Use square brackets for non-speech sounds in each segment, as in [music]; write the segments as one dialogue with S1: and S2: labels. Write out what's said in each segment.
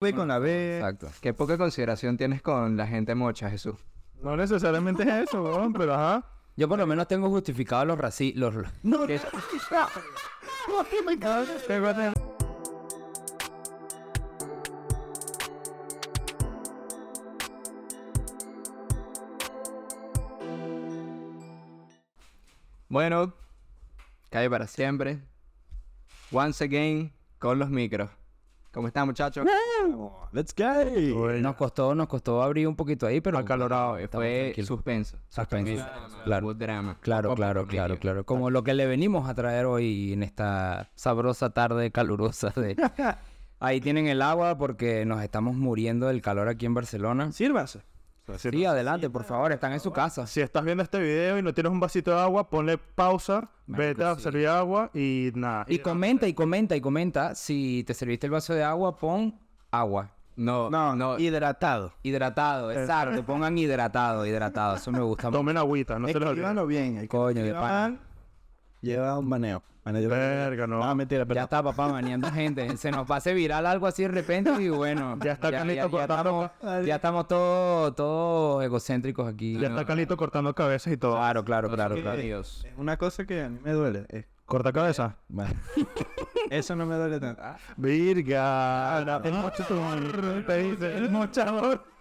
S1: B con la B.
S2: Exacto. Qué poca consideración tienes con la gente mocha, Jesús.
S1: No necesariamente es eso, weón, pero ajá.
S3: Yo por lo menos tengo justificado los raci... Los...
S1: No,
S3: ¿Qué?
S2: Bueno, calle para siempre. Once again, con los micros. ¿Cómo están, muchachos?
S4: Eh.
S1: Let's go.
S3: Nos costó, nos costó abrir un poquito ahí, pero...
S1: Acalorado.
S3: Estamos
S2: Fue
S3: tranquilos.
S2: suspenso.
S3: Suspenso.
S2: Hubo
S3: Claro,
S2: drama.
S3: claro, claro, claro, claro. Como lo que le venimos a traer hoy en esta sabrosa tarde calurosa de... Ahí tienen el agua porque nos estamos muriendo del calor aquí en
S1: [laughs]
S3: Barcelona.
S1: Sírvase.
S3: Sí, adelante, por favor, están en su casa.
S1: Si estás viendo este video y no tienes un vasito de agua, ponle pausa, vete a servir agua y nada.
S3: Y comenta, y comenta, y comenta. Si te serviste el vaso de agua, pon agua.
S2: No, no, no.
S4: Hidratado.
S3: Hidratado, exacto. Pongan hidratado, hidratado. Eso
S1: [laughs]
S3: me gusta mucho.
S1: Tomen agüita, no se les olvide.
S4: Escríbanlo bien. El que
S3: Coño, qué pana.
S1: Ah,
S4: lleva un baneo. Bueno, yo-
S1: Verga, no.
S4: Ah, mentira, pero
S3: Ya está, papá, baneando gente. Se nos pase viral algo así de repente y bueno.
S1: Ya está Carlito
S3: [laughs] ya,
S1: cortando-
S3: estamos, ya estamos todos, todos egocéntricos aquí.
S1: Ya está Calito cortando cabezas y todo.
S4: Ah,
S3: Claro, claro, claro, claro.
S2: Dios.
S4: es una cosa que a mí me duele. es-
S1: Corta cabeza.
S4: bueno. Eso no me duele tanto. Ah,
S1: Virga. la- El mochador. Te dice, el mochador.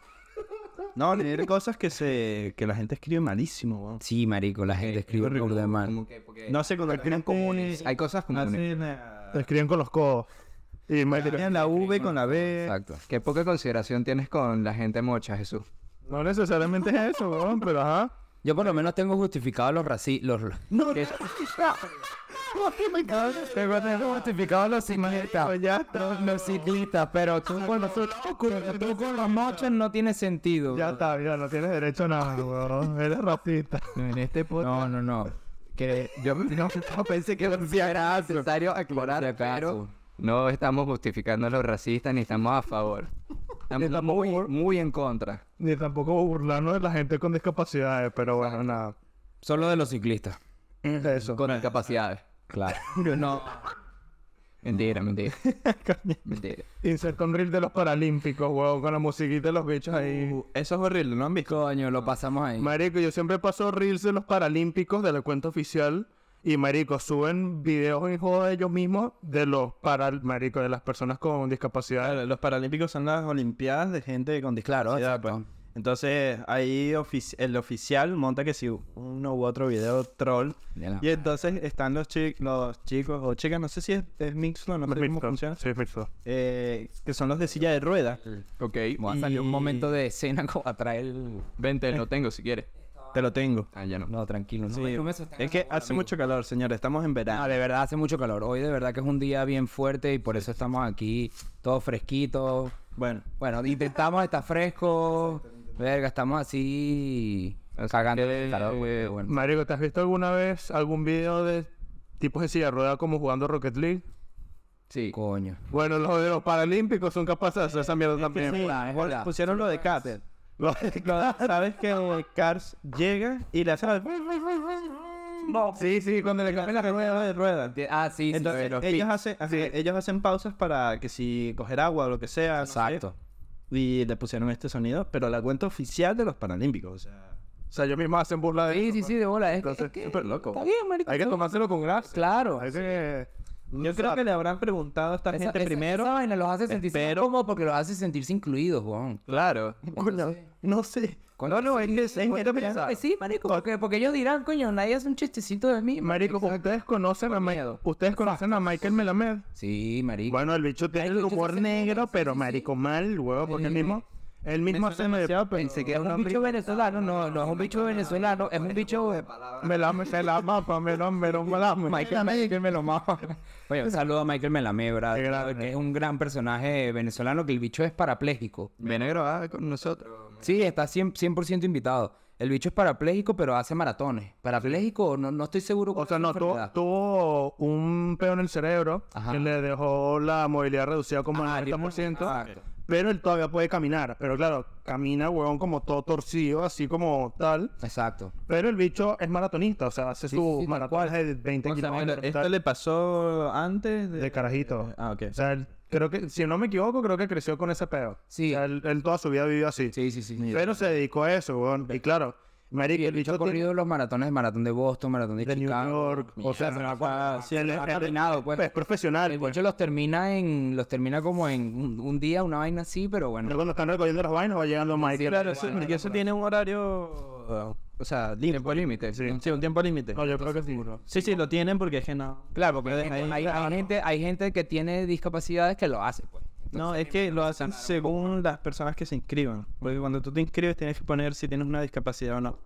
S4: No, leer cosas que se que la gente escribe malísimo, weón.
S3: Sí, marico, la gente escribe por de mal.
S2: Como que, porque
S4: No sé, cuando escriben comunes. Ah,
S2: hay cosas comunes.
S4: Hacen la-
S1: Te escriben con los codos. Y me
S4: Cambian la V con la B.
S2: Exacto. Qué poca consideración tienes con la gente mocha, Jesús.
S1: No necesariamente es eso, weón, pero ajá.
S3: Yo por lo menos tengo justificado los raci... Los... [laughs]
S4: No,
S3: ¿Qué? Tengo justificado los ciclistas.
S1: Ya está.
S3: Los, los ciclistas, pero tú con los, Ah, tú con los mochos no tiene sentido.
S1: Ya está, mira, no tienes derecho a nada, weón. Eres racista.
S2: En este podcast.
S3: No, no, no. [laughs]
S2: que yo [laughs] no, no pensé que era necesario aclarar,
S3: Por si acaso.
S2: pero no estamos justificando a los racistas ni estamos a favor. Estamos muy, muy en contra.
S1: Ni tampoco burlarnos de la gente con discapacidades, pero bueno, nada.
S3: Solo de los ciclistas.
S1: Eso.
S2: Con discapacidades.
S3: [laughs] Claro.
S2: No.
S3: [laughs]
S2: Mentira, mentira. mentira.
S1: Inserta un reel de los paralímpicos, weón, con la musiquita de los bichos ahí.
S4: Uh, eso es horrible, ¿no han visto?
S3: Coño, lo pasamos ahí.
S1: Marico, yo siempre paso reels de los paralímpicos de la cuenta oficial. Y marico, suben videos en joda de ellos mismos de los paral... Marico, de las personas con discapacidades.
S4: Claro, Los Paralímpicos son las Olimpiadas de gente con
S3: Claro,
S4: discapacidad.
S3: exacto.
S4: pues. Entonces ahí ofici- el oficial monta que si uno u otro video troll.
S3: De la
S4: Y entonces están los, chi- los chicos o chicas, no sé si es, es mixto, no sé cómo
S1: Mixto.
S4: funciona.
S1: Sí, mixto.
S4: eh, que son los de silla de ruedas.
S2: Ok.
S3: Bueno, salió un momento de escena como atraer el...
S2: Vente, lo tengo si quieres.
S4: Te lo tengo.
S2: Ah, ya no.
S3: No, tranquilo. No,
S4: Sí.
S3: no me sostengas
S4: Es que
S3: ahora,
S4: hace
S3: amigo.
S4: mucho calor, señores. Estamos en
S3: No,
S4: verano.
S3: ah, de verdad hace mucho calor. Hoy de verdad que es un día bien fuerte y por eso estamos aquí todos fresquitos.
S4: Bueno,
S3: Bueno, intentamos estar frescos. Verga, estamos así cagando
S2: que,
S3: el calor, güey, bueno.
S1: Marico, ¿te has visto alguna vez algún video de tipos de silla de rueda como jugando Rocket League?
S2: Sí.
S3: Coño.
S1: Bueno, los de los paralímpicos son capaces de hacer esa mierda también.
S3: verdad, es verdad.
S4: Eh, pusieron lo de Cars.
S1: Los-
S4: Sabes que eh, Cars llega y le hace la-
S1: Sí, sí, cuando le cambian la
S4: rueda de ruedas.
S3: Ah, sí, sí,
S4: Entonces,
S3: pero-
S4: ellos, hacen, ajá, ellos hacen pausas para que si coger agua o lo que sea. no sé.
S3: Exacto.
S4: y le pusieron este sonido, pero la cuenta oficial de los Paralímpicos. O sea,
S1: O sea, ellos mismos hacen burla de
S3: Sí,
S1: eso,
S3: sí,
S1: pues.
S3: sí, de bola. Es,
S1: Entonces,
S3: es que
S1: súper loco.
S3: Está bien, marico.
S1: Hay que tomárselo con gracia.
S3: Claro.
S1: Hay que...
S4: yo creo que le habrán preguntado a esta
S3: Esa-
S4: gente
S3: esa-
S4: primero.
S3: Esa vaina los hace sentirse
S4: espero-
S3: incómodos porque los hace sentirse incluidos, weón.
S2: Claro.
S4: Coño, no sé.
S3: Coño,
S4: no, es que es gente pensada.
S3: Eh, sí, marico, porque, porque ellos dirán, coño, nadie hace un chistecito de mí.
S1: Marico, ustedes conocen a, Ma-
S3: miedo.
S1: ¿ustedes conocen a Michael Melamed.
S3: Sí, marico.
S1: Bueno, el bicho tiene
S3: el
S1: el
S3: bicho
S1: humor
S3: se hace
S1: negro,
S3: meme, sí,
S1: pero
S3: sí, sí.
S1: marico mal, huevo, porque él mismo... Él mismo hace... Melamed,
S2: Pensé que
S3: es
S2: era un
S3: un
S2: hombre.
S3: bicho venezolano, no, no es un bicho venezolano, es un bicho... eh,
S1: me la mapa, me la, me la, me la-
S3: Michael, Michael me lo mama. Oye, un saludo a Michael Melamé,
S1: Qué grande.
S3: ¿verdad? Que es un gran personaje venezolano, que el bicho es parapléjico.
S2: Ven a grabar con nosotros.
S3: Sí, está 100%, 100% invitado. El bicho es parapléjico, pero hace maratones. Parapléjico, no, no estoy seguro.
S1: O
S3: cuál
S1: sea,
S3: es
S1: no,
S3: su
S1: tuvo,
S3: enfermedad.
S1: tuvo un peo en el cerebro
S3: Ajá.
S1: que le dejó la movilidad reducida como
S3: Ah,
S1: al
S3: tiene-
S1: 90%,
S3: exacto.
S1: pero él todavía puede caminar. Pero claro, camina, huevón, como todo torcido, así como tal.
S3: Exacto.
S1: Pero el bicho es maratonista, o sea, hace su
S3: sí, tal
S1: maratón de 20
S3: O sea,
S1: kilómetros
S4: Esto
S1: tal,
S4: le pasó antes de...
S1: de carajito.
S4: Ah, ok.
S1: O sea, él Creo que, si no me equivoco, creo que creció con ese pedo.
S3: Sí.
S1: O sea, él, él toda su vida vivió así.
S3: Sí, sí, sí.
S1: Pero se dedicó a eso, weón. Y claro, marico,
S3: el
S1: el bicho
S3: bicho ha
S1: tiene-
S3: corrido los maratones, maratón de Boston, maratón de,
S1: de New
S3: Chicago.
S1: York. O sea,
S3: Mierda, papá,
S1: si él es-
S3: ha
S1: él es-
S3: caminado, pues.
S1: es profesional.
S3: El
S1: pues.
S3: bicho los termina en, los termina como en un, un día, una vaina así, pero bueno.
S1: Pero cuando están recogiendo las vainas va llegando Michael.
S4: Claro,
S3: igual,
S4: eso,
S3: no,
S4: porque eso tiene un horario. O sea, límite.
S2: Tiempo límite.
S1: Sí.
S4: Sí, un tiempo límite.
S1: No, yo creo que sí.
S4: Sí, sí, lo tienen porque es que no.
S3: Claro, porque
S4: Lo
S3: hay,
S4: dejan ahí.
S3: hay- hay gente, hay gente que tiene discapacidades que lo hace, pues.
S4: No, es que lo hacen según las personas que se inscriban. Porque cuando tú te inscribes tienes que poner si tienes una discapacidad o no.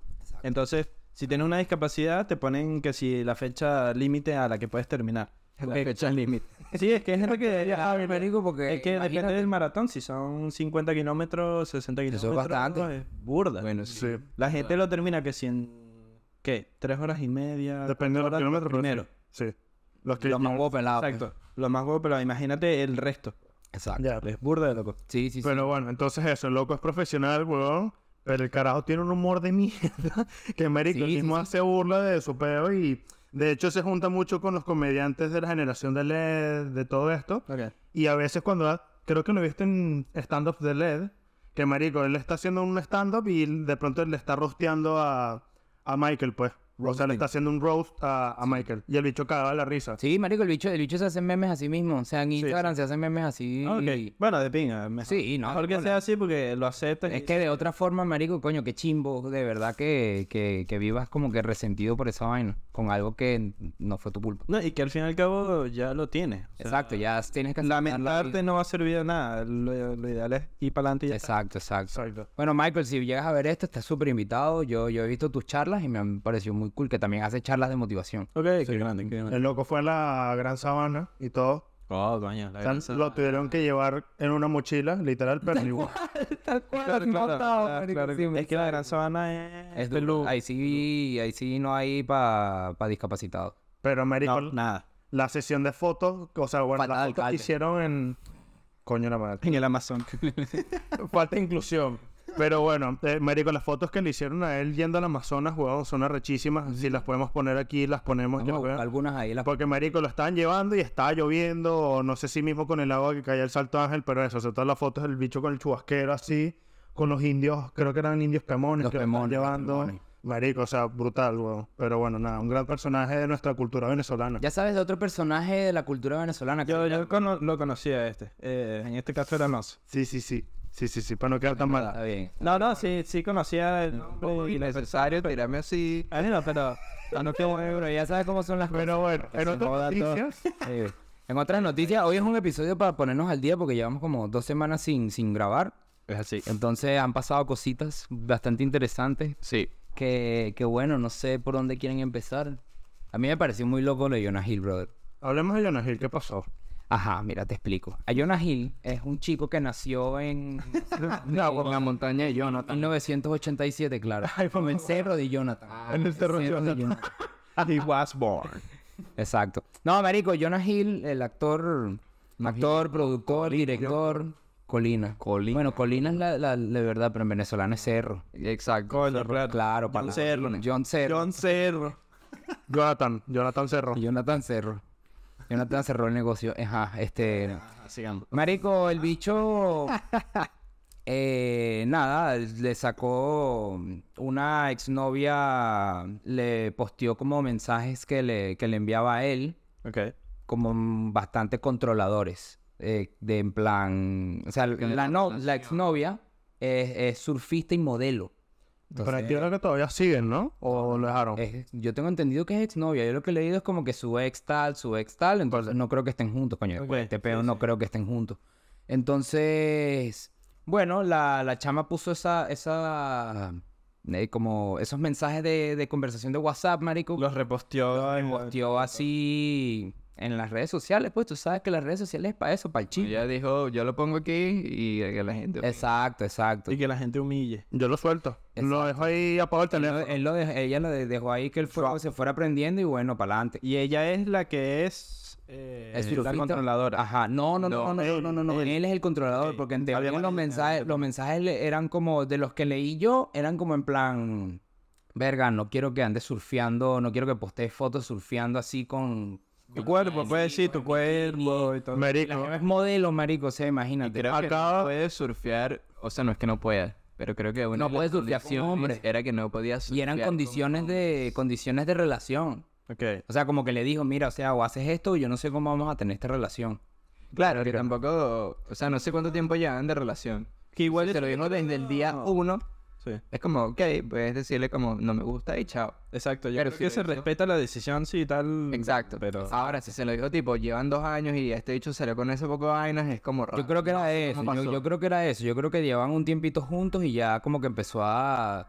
S4: Entonces, si tienes una discapacidad, te ponen que si la fecha límite a la que puedes terminar.
S2: La fecha límite.
S4: Sí, es que hay gente que...
S3: Ah, me digo porque
S4: Es que depende
S3: imagínate,
S4: del maratón, si son 50 kilómetros, 60
S3: Eso es
S4: kilómetros.
S3: bastante.
S4: Es burda.
S2: Bueno, sí.
S1: Sí.
S4: la gente lo termina que si en... ¿Qué? ¿Tres horas y media?
S1: Depende de los
S4: cuatro horas
S1: kilómetros, pero
S4: Primero.
S1: Sí. Ah, sí. Los que
S3: los más huevos pelados, pues.
S4: Exacto. Lo más gordo, pero imagínate el resto.
S3: Exacto.
S1: Ya,
S4: Es burda de loco.
S3: Sí, sí, sí.
S1: Pero bueno, entonces eso, el loco es profesional, weón. Pero el carajo tiene un humor de [laughs] mierda. Que marico,
S3: Sí,
S1: el
S3: sí,
S1: mismo hace burla de su pedo y de hecho se junta mucho con los comediantes de la generación de LED, de todo esto. Y a veces cuando da- creo que lo he visto en stand-up de LED, que marico, él está haciendo un stand-up y de pronto le está rosteando a, a Michael, pues. O sea, le está haciendo un roast a, a Michael. Y el bicho cagaba la risa.
S3: Sí, marico, el bicho, el bicho se hace memes a sí mismo. O sea, en Instagram se hacen memes así.
S4: Ah, Ok. Bueno, de pinga. mejor.
S3: Sí, no,
S4: Mejor que
S3: hola.
S4: sea así porque lo aceptas.
S3: Es
S4: y-
S3: que de otra forma, marico, coño, qué chimbo, de verdad que, que, que vivas como que resentido por esa vaina, con algo que no fue tu culpa.
S4: No, y que al fin y al cabo ya lo tienes. O sea,
S3: Exacto, ya tienes que aceptar la
S4: Lamentarte
S3: vida.
S4: no va a servir de nada. Lo, lo ideal es ir para adelante y ya está.
S3: Exacto, exacto.
S1: Exacto.
S3: Bueno, Michael, si llegas a ver esto, estás súper invitado. Yo, yo he visto tus charlas y me han parecido muy cool, que también haces charlas de motivación.
S4: Ok, qué grande, qué grande.
S1: El loco fue a la Gran Sabana y todo.
S4: Oh, coño. la
S1: O sea,
S4: gran sal-
S1: lo tuvieron que llevar en una mochila, literal, pero igual.
S3: Tal cual,
S4: Claro, claro, claro, claro. Es que la gran sabana es...
S3: Es duro. Ahí sí, ahí sí no hay para discapacitados.
S1: Pero marico,
S4: No, nada.
S1: la sesión de fotos, o sea, bueno,
S3: Falta
S1: las
S3: de
S1: fotos que
S3: alcalde.
S1: hicieron en... Coño la madre.
S4: En el [laughs] Amazon.
S1: Falta de inclusión. Pero bueno, eh, marico, las fotos que le hicieron a él yendo al Amazonas, weón, son arrechísimas. Si las podemos poner aquí, las ponemos.
S3: Vamos a
S1: yo,
S3: buscar
S1: weón.
S3: algunas ahí. Las...
S1: [laughs] Porque marico, lo estaban llevando y estaba lloviendo, o no sé si mismo con el agua que caía el Salto Ángel, pero eso, o sea, todas las fotos del bicho con el chubasquero así, con los indios, creo que eran indios pemones
S3: Los
S1: que lo estaban
S3: pemones, los
S1: llevando.
S3: pemones.
S1: Marico, o sea, brutal, weón. Pero bueno, nada, un gran personaje de nuestra cultura venezolana.
S3: Ya sabes de otro personaje de la cultura venezolana.
S4: Yo,
S3: Carlos.
S4: yo cono- lo conocía este. Eh, en este caso era Noz.
S1: Sí, sí, sí. Sí, sí, sí, para no quedar tan
S3: Está
S1: mal.
S3: bien.
S4: No, no, sí, sí conocía el nombre y la
S2: Necesario tirarme así.
S4: Ah, no, [laughs] pero no, no tengo
S3: Pero ya sabes cómo son las
S1: Pero bueno, en
S3: se joda
S1: otras
S3: todo.
S1: noticias,
S3: Sí. En otras noticias, hoy es un episodio para ponernos al día porque llevamos como dos semanas sin, sin grabar.
S2: Es así.
S3: Entonces han pasado cositas bastante interesantes
S2: Sí.
S3: que, que bueno, no sé por dónde quieren empezar. A mí me pareció muy loco lo de Jonah Hill, brother.
S1: hablemos de Jonah Hill, ¿qué pasó?
S3: Ajá, mira, te explico. A Jonah Hill es un chico que nació en
S2: No, en la montaña de Jonathan.
S3: 1987, claro. en el cerro de Jonathan.
S1: en el cerro de Jonathan.
S3: Jonathan.
S4: He was born.
S3: Exacto. No, marico, Jonah Hill, el actor, actor, productor, director, Colina.
S2: Colina.
S3: Bueno, Colina es la, la de verdad, pero en venezolano es Cerro.
S2: Exacto.
S4: Coño, claro.
S3: Claro,
S4: John
S3: para-
S4: Cerro.
S3: John Cerro.
S4: John Cerro.
S1: Jonathan, Jonathan Cerro.
S3: Jonathan Cerro. Jonathan cerró el negocio. Ajá, este.
S4: Sigamos.
S3: Marico, el bicho. eh, nada, le sacó una exnovia, le posteó como mensajes que le, que le enviaba a él,
S4: Ok.
S3: como mm, bastante controladores. eh, de en plan. O sea, la, no, la exnovia es, es surfista y modelo.
S1: pero entiendo que todavía siguen, ¿no? ¿O lo dejaron?
S3: Es- yo tengo entendido que es exnovia. Yo lo que he leído es como que su ex tal, su ex tal. Entonces no creo que estén juntos, coño. después de
S4: Ok,
S3: este pedo no creo que estén juntos. Entonces, bueno, la, la chama puso esa, esa, eh, como esos mensajes de, de conversación de WhatsApp, marico.
S4: Los reposteó. en-
S3: Posteó así en las redes sociales. Pues tú sabes que las redes sociales es para eso, para el chile.
S2: Ella dijo, yo lo pongo aquí y que la gente...
S3: Exacto, exacto.
S4: Y que la gente humille.
S1: Yo lo suelto. Lo dejo ahí apagado el
S3: Él
S1: teléfono.
S3: lo- él lo dej- ella lo de- dejó ahí que el fuego se fuera prendiendo y bueno, para adelante.
S4: Y ella es la que es... eh,
S3: ¿Es
S4: la
S3: surfista?
S4: controladora.
S3: Ajá, no, no, no, no,
S2: No,
S3: no, no, no, no, Él es el controlador, porque en teoría los mensajes, los mensajes le- eran como, de los que leí yo, eran como en plan, verga, no quiero que andes surfeando, no quiero que postees fotos surfeando así con,
S4: Tu cuerpo, puede decir, tu cuerpo y todo.
S3: eh, La
S1: Marico.
S3: jeva es modelo, marico, o sea, imagínate. Ah,
S2: Creo que
S1: Acá-
S2: no puede surfear, o sea, no es que no pueda, pero creo que una
S3: No
S2: de las
S3: puede surfear como
S2: condiciones
S3: hombre.
S2: Era que no podía surfear.
S3: Y eran
S2: como-
S3: condiciones de, condiciones de relación.
S4: Ok.
S3: O sea, como que le dijo, mira, o sea, o haces esto o yo no sé cómo vamos a tener esta relación.
S2: Claro, que tampoco, o sea, no sé cuánto tiempo llevan de relación.
S4: Que igual
S2: Si
S4: es-
S2: se lo dijo desde el día uno.
S4: Sí.
S2: Es como, ok, puedes decirle como, no me gusta y chao.
S4: Exacto, yo
S2: Pero
S4: creo
S2: si
S4: que
S2: lo
S4: se
S2: hizo.
S4: respeta la decisión, sí, tal.
S2: Exacto.
S4: Pero.
S2: Ahora, si se lo dijo tipo, llevan dos años y este dicho salió con ese poco de vainas, es como raro.
S3: Yo creo que
S4: Ah,
S3: era eso,
S2: ¿cómo
S3: yo,
S2: pasó?
S3: yo creo que era eso. Yo creo que llevaban un tiempito juntos y ya como que empezó a...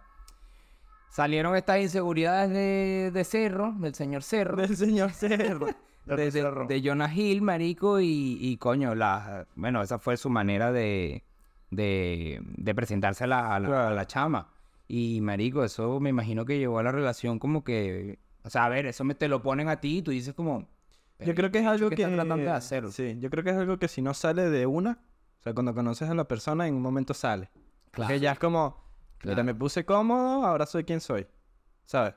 S3: Salieron estas inseguridades de, de Cerro, del señor Cerro.
S4: [laughs] Del señor Cerro.
S1: El
S3: de, de-
S1: Cerro.
S3: de Jonah Hill, marico, y, y coño, la, bueno, esa fue su manera de, de, de presentarse a la, a la-
S4: Claro.
S3: a la chama. Y, marico, eso me imagino que llevó a la relación como que, o sea, a ver, eso me, te lo ponen a ti y tú dices como...
S4: Yo creo que es algo
S3: ¿qué
S4: que.
S3: están tratando de hacer?
S4: Sí, yo creo que es algo que si no sale de una, o sea, cuando conoces a la persona, en un momento sale.
S3: Claro.
S4: Que ya es como, mira,
S3: Claro.
S4: me puse cómodo, ahora soy quien soy. ¿Sabes?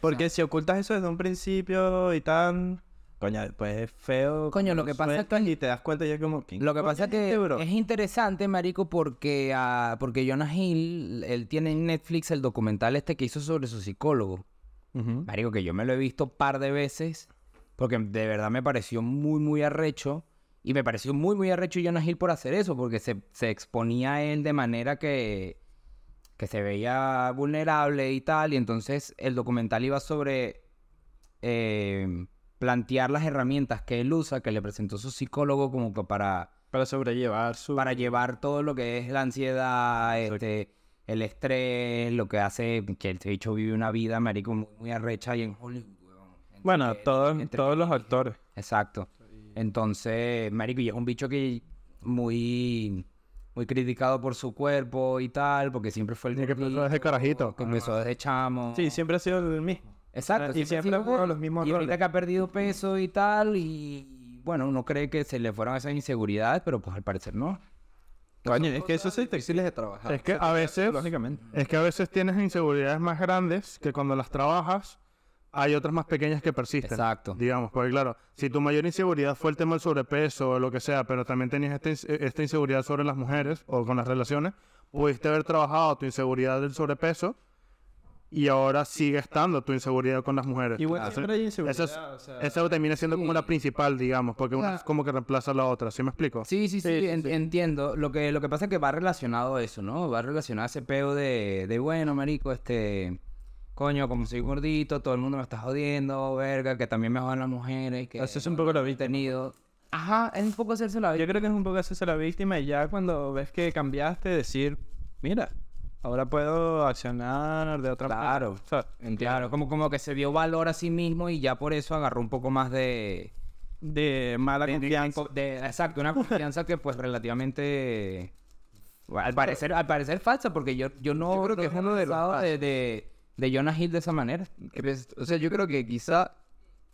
S4: Porque si ocultas eso desde un principio y tan. Coña, después es feo.
S3: Coño,
S4: como
S3: lo que pasa es
S4: sueltas y te das cuenta y es como. "¿Quién
S3: Lo que
S4: coño
S3: pasa es que
S4: este, bro?".
S3: es interesante, marico, porque, ah, porque Jonah Hill, él tiene en Netflix el documental este que hizo sobre su psicólogo.
S4: Ujú.
S3: Marico, que yo me lo he visto par de veces, porque de verdad me pareció muy, muy arrecho. Y me pareció muy, muy arrecho Jonah Hill por hacer eso, porque se, se exponía a él de manera que, que se veía vulnerable y tal. Y entonces el documental iba sobre eh, plantear las herramientas que él usa, que le presentó su psicólogo como que para
S4: Para sobrellevar su.
S3: para llevar todo lo que es la ansiedad, este, el estrés, lo que hace que el bicho vive una vida, marico, muy, muy arrecha y en Hollywood. weón. Entre
S4: Bueno,
S3: que-
S4: todos,
S3: entre-
S4: todos los actores.
S3: Exacto. Entonces, marico, y es un bicho que muy, muy criticado por su cuerpo y tal, porque siempre fue el
S1: Y que empezó
S3: gordito,
S1: desde carajito.
S3: que empezó desde chamo.
S4: Sí, siempre ha sido el mismo.
S3: Exacto.
S4: Y siempre
S3: ha sido
S4: juega
S3: gordo.
S4: los mismos
S3: Y ahorita
S4: roles.
S3: que ha perdido peso y tal, y bueno, uno cree que se le fueron esas inseguridades, pero pues al parecer no.
S4: Coño, es que eso sí te
S2: difíciles de trabajar.
S1: Es que a veces
S4: Lógicamente.
S1: Es que a veces tienes inseguridades más grandes que cuando las trabajas hay otras más pequeñas que persisten.
S3: Exacto.
S1: Digamos, porque claro, si tu mayor inseguridad fue el tema del sobrepeso o lo que sea, pero también tenías esta, inse- esta inseguridad sobre las mujeres o con las relaciones, pudiste haber trabajado tu inseguridad del sobrepeso y ahora sigue estando tu inseguridad con las mujeres.
S4: Igual
S1: Entonces,
S4: siempre hay
S1: esa,
S4: inseguridad.
S1: es-
S4: o sea, Ah.
S1: esa termina siendo como la principal, digamos, porque una
S3: Claro.
S1: es como que reemplaza a la otra, ¿sí me explico?
S3: Sí, sí, sí, en- entiendo. Lo que, lo que pasa es que va relacionado a eso, ¿no? Va relacionado a ese peo de, de bueno, marico, este... Coño, como soy gordito, todo el mundo me está jodiendo, verga, que también me jodan las mujeres, que...
S4: Haces un poco la víctima.
S3: Tenido... Ajá, es un poco hacerse la
S4: Yo creo que es un poco hacerse la víctima y ya cuando ves que cambiaste, decir, mira, ahora puedo accionar de otra manera.
S3: Claro.
S4: O sea,
S3: Claro, como, como que se dio valor a sí mismo y ya por eso agarró un poco más de...
S4: de mala
S3: de- de-
S4: confianza.
S3: de- exacto, una confianza que pues relativamente... bueno, al parecer, al parecer falsa, porque yo, yo no...
S2: Yo creo
S3: no
S2: que es
S3: he
S2: uno de los
S3: pensado de,
S2: pasos.
S3: de, de Jonah Hill de esa manera.
S2: Que ves- O sea, yo creo que quizá,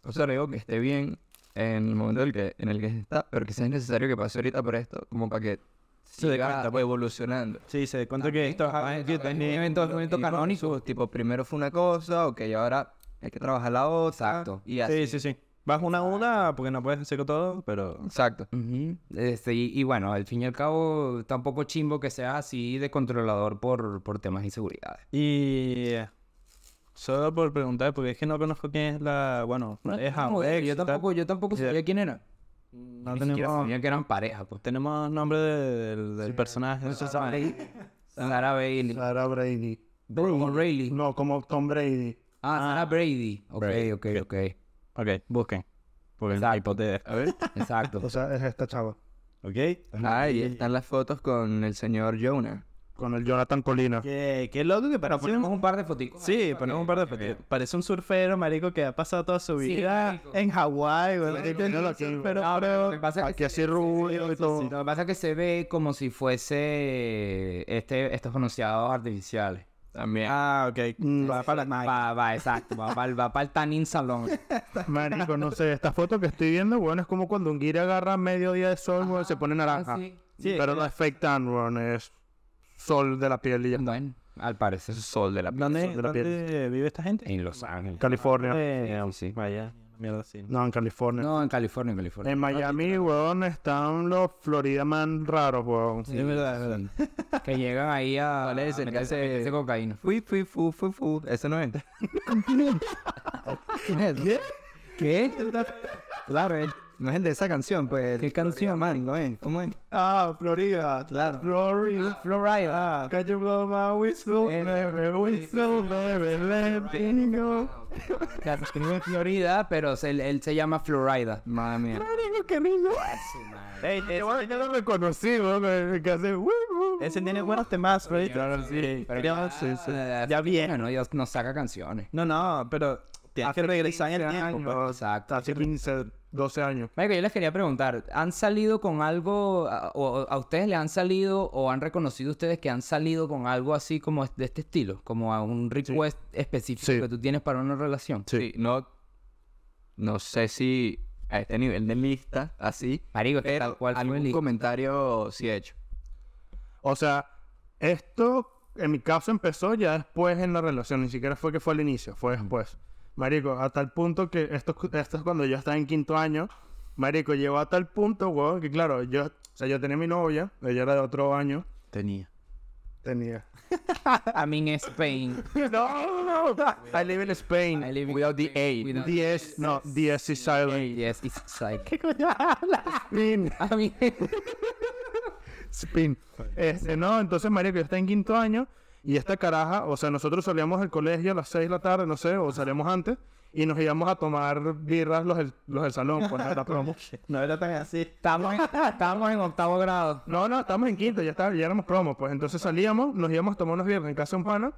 S2: o sea, no digo que esté bien en el momento en el que, en el que está, pero quizás es necesario que pase ahorita por esto, como para que
S4: dé
S2: siga
S4: cuenta,
S2: evolucionando.
S4: Sí, se da cuenta que esto es algo que
S2: Hay
S4: tenía-
S2: eventos, eventos canónicos, tipo, primero fue una cosa, ok, ahora hay que trabajar la otra.
S3: Exacto.
S2: Y así.
S4: Sí, sí, sí. Vas una a una porque no puedes hacer todo, pero...
S2: Exacto.
S3: Ujú. Este, y, y bueno, al fin y al cabo, tampoco chimbo que seas así de controlador por, por temas de inseguridad.
S4: Y... eh, Solo por preguntar, porque es que no conozco quién es la... Bueno, pareja o ex y
S3: yo
S4: tal.
S3: tampoco, yo tampoco
S4: Sí.
S3: sabía quién era.
S4: No
S3: Ni siquiera
S4: tenemos,
S3: sabía que eran pareja, pues.
S4: tenemos nombre de- del, del personaje. No se sabe.
S3: [laughs] Sarah Bailey.
S1: Sarah Brady.
S3: Como Rayleigh.
S1: No, como Tom Brady.
S3: Ah, Sarah Brady. Ok,
S4: Brady,
S3: ok, ok.
S4: Ok, busquen. Porque es
S3: Exacto.
S4: hipoteca.
S2: A ver.
S3: Exacto.
S1: O sea, es esta chava.
S4: ¿Ok?
S2: Ah, Ahí están las fotos con el señor Jonah.
S1: Con el Jonathan Colina.
S4: Qué, qué loco que parece
S3: Ponemos
S4: un...
S3: un par de fotitos.
S4: Sí, ponemos un par de fotos. Parece un surfero, marico, que ha pasado toda su
S3: Sí,
S4: vida
S3: marico.
S4: en Hawái, güey.
S1: míralo aquí, güey.
S4: pero,
S3: No, pero lo que pasa es que
S1: Aquí
S3: se-
S1: así rubio y todo.
S3: Lo que pasa es que se ve como si fuese este, estos pronunciados artificiales.
S2: También.
S4: Ah, ok. Va para las Nike.
S3: Va, va, exacto. Va para el, va pa'l tanning
S4: [laughs]
S3: salón.
S1: Marico, no sé, esta foto que estoy viendo, weón, es como cuando un guiri agarra medio día de sol, weón, se pone naranja.
S3: Ah, sí.
S4: Sí,
S1: Pero no es fake tan, weón, es sol de la piel y ya.
S3: Bueno, al parecer.
S2: Sol de la
S4: ¿Dónde,
S1: de la
S4: dónde vive esta gente?
S3: En Los Ángeles.
S1: California.
S4: Eh,
S3: sí.
S4: Vaya. Mierda, sí.
S1: No, en California.
S3: No, en California, en California.
S1: En Miami, weón, están los Florida Man raros, weón.
S4: es verdad, es verdad.
S3: Que llegan ahí a,
S2: [laughs] ¿Cuál es
S3: a
S2: el que
S3: meterse-
S2: hace-
S3: meterse cocaína.
S2: Fui, fui, fu, fu, fu. Ese no es. [laughs]
S3: ¿Qué? ¿Qué?
S2: Claro, el- no es el de esa canción, pues.
S3: ¿Qué canción?
S2: Man, ¿no es? ¿Cómo es? Ah,
S1: Ah, Florida. Claro. Florida.
S3: Florida. Ah. Eh.
S1: Can you blow my whistle? Baby, whistle, baby, let me go.
S3: Claro, escribe en Florida, pero se- él, él se llama Florida.
S2: Madre mía.
S4: Ey, ese,
S1: Yo lo reconocí, weón, el que hace... uh, "Woo, woo".
S4: ese tiene buenos temas, bro. Sí, pero ya,
S3: Ah,
S4: ya bien.
S3: Bueno, Dios nos saca canciones.
S4: No, no, pero tienes que regresar en el tiempo. bro.
S3: Exacto.
S1: Hace 15, 12 años.
S3: Marico, yo les quería preguntar, ¿han salido con algo, a- o a ustedes le han salido, o han reconocido ustedes que han salido con algo así como es- de este estilo? Como a un request específico
S1: Sí.
S3: que tú tienes para una relación.
S2: Sí, no. No sé si a este nivel de lista, así.
S3: Marico, es que
S2: Pero
S3: tal cual fue
S2: algún
S3: el hijo.
S2: comentario sí he hecho.
S1: O sea, esto en mi caso empezó ya después en la relación, ni siquiera fue que fue al inicio, fue después. Marico, a tal punto que esto, esto es cuando yo estaba en quinto año. Marico, llegó a tal punto, weón, que claro, yo, o sea, yo tenía mi novia, ella era de otro año.
S4: Tenía.
S3: [laughs]
S1: Tenía.
S3: I'm in Spain.
S1: no, no, no. I live in Spain.
S3: I live in
S2: Without the
S3: Spain
S2: A.
S3: without-
S1: DS, no, DS is silent.
S3: Yes, it's psych.
S1: Spin.
S3: I mean-
S1: Spin. Este, no, entonces María, que está en quinto año, y esta caraja, o sea, nosotros salíamos del colegio a las 6 de la tarde, no sé, o salíamos antes, y nos íbamos a tomar birras los del, los del salón, pues nada, promo.
S4: [laughs] No era tan así.
S3: estamos, en, estamos en octavo grado.
S1: No, no, estamos en quinto, ya, está, ya éramos promos, pues entonces salíamos, nos íbamos a tomar unos birras en casa de un pana,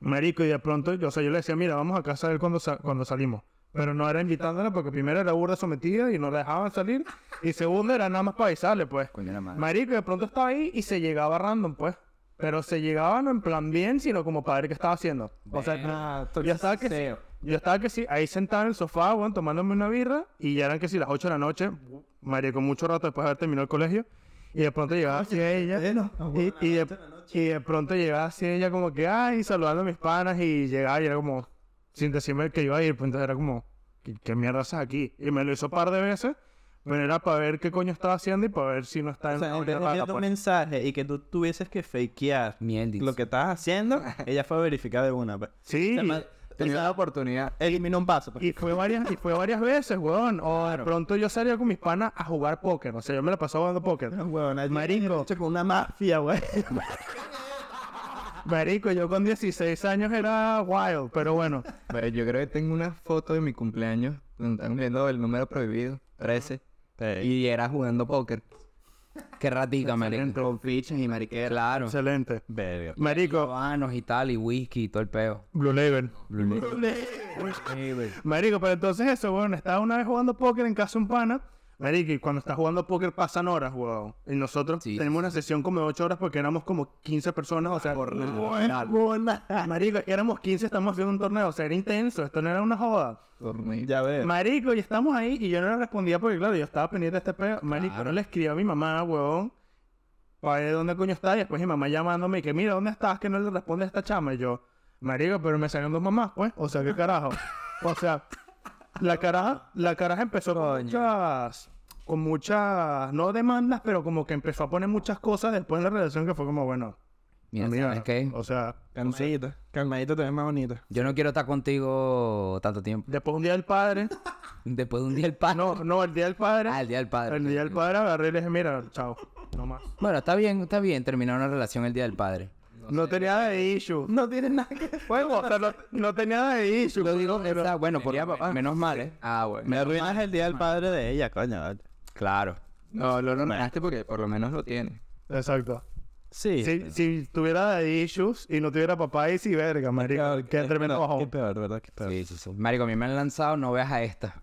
S1: marico, y de pronto, yo- o sea, yo le decía, mira, vamos a casa de él cuando, sa- cuando salimos. Pero no era invitándola porque primero era burda sometida y no la dejaban salir, y segundo era nada más para avisarle, pues.
S2: Coño, la madre.
S1: Marico, de pronto estaba ahí y se llegaba random, pues. Pero se llegaba no en plan bien, sino como para ver qué estaba haciendo. O sea, yo estaba que sí, yo estaba que sí, ahí sentado en el sofá, weón, tomándome una birra, y ya eran que sí las 8 de la noche, marico, mucho rato después de haber terminado el colegio, y de pronto llegaba así ella,
S4: Ah,
S1: y, y de, y de pronto llegaba así ella como que, ay, saludando a mis panas, y llegaba y era como, sin decirme que iba a ir, pues entonces era como, ¿qué, qué mierda haces aquí? Y me lo hizo par de veces, pero era para ver qué coño estaba haciendo y para ver si no está
S4: O
S1: en
S4: sea,
S1: una
S4: en vez de
S1: rata,
S4: enviarte un
S1: pues.
S4: mensaje y que tú tuvieses que fakear
S3: Miel,
S4: lo que estabas haciendo, ella fue verificada de una. pues.
S1: Sí,
S2: Tenía la oportunidad.
S4: Eliminó un paso. pues.
S1: y fue varias, y fue varias veces, weón. O de pronto yo salía con mis panas a jugar póker. O sea, yo me la pasaba jugando póker.
S4: No, huevón, allí-
S1: Marico.
S4: hecho Con una mafia, güey.
S1: Marico, yo con 16 años era wild, pero
S4: [laughs]
S1: bueno.
S2: Pero yo creo que tengo una foto de mi cumpleaños donde están viendo el número prohibido, 13. Y era jugando póker.
S3: Qué ratica, marico.
S2: Con fichas y mariquera. Claro.
S1: Excelente.
S4: Verga.
S1: Marico,
S3: Habanos y tal, y whisky y todo el peo.
S1: Blue Label. Marico, pero entonces eso, weón. Estaba una vez jugando póker en casa de un pana. Marico, y cuando estás jugando póker pasan horas, weón. Y nosotros
S3: Sí.
S1: tenemos una sesión como de 8 horas porque éramos como 15 personas, o sea, weón, weón, Marico, éramos 15, estamos haciendo un torneo, o sea, era intenso, esto no era una joda.
S4: Ya ves.
S1: Marico, y estamos ahí y yo no le respondía porque, claro, yo estaba pendiente de este pedo. Marico, no le escribí a mi mamá, huevón, para ver dónde coño está. Y después mi mamá llamándome y que, mira, ¿dónde estás? Que no le responde a esta chama. Y yo, Marico, pero me salieron dos mamás, pues. O sea, ¿qué carajo? O sea, la caraja, la caraja empezó con muchas, con muchas, no demandas, pero como que empezó a poner muchas cosas después de la relación que fue como, bueno,
S3: Mira,
S1: amiga,
S3: ¿sabes qué?
S1: o sea,
S4: Calmadito. Calmadito te ves más bonito.
S3: Yo no quiero estar contigo tanto tiempo. [laughs]
S1: después un día del padre,
S3: Después de un día del padre.
S1: no, no, el día del padre,
S3: Ah, el día del padre.
S1: el día del padre agarré y le dije, mira, chao, no más.
S3: Bueno, está bien, está bien terminar una relación el día del padre.
S1: No tenía nada de issue.
S4: No tienes nada que
S1: Bueno, o sea, no, no tenía nada de issue.
S3: Lo digo, o sea, bueno, por, menos mal, ¿eh?
S2: Ah, bueno.
S4: Me arruinas el día del padre de ella, coño. vale.
S3: Claro.
S2: No, lo nominaste porque por lo menos lo tiene.
S1: Exacto.
S4: Sí.
S2: este.
S1: Si, si tuviera de issues y no tuviera papá, ahí sí, verga, marico.
S4: Claro,
S1: Qué
S4: es
S1: tremendo
S4: peor, Qué
S1: bajón.
S4: peor, ¿verdad? Qué peor.
S3: Sí, sí, sí. Marico, a mí me han lanzado, no veas a esta.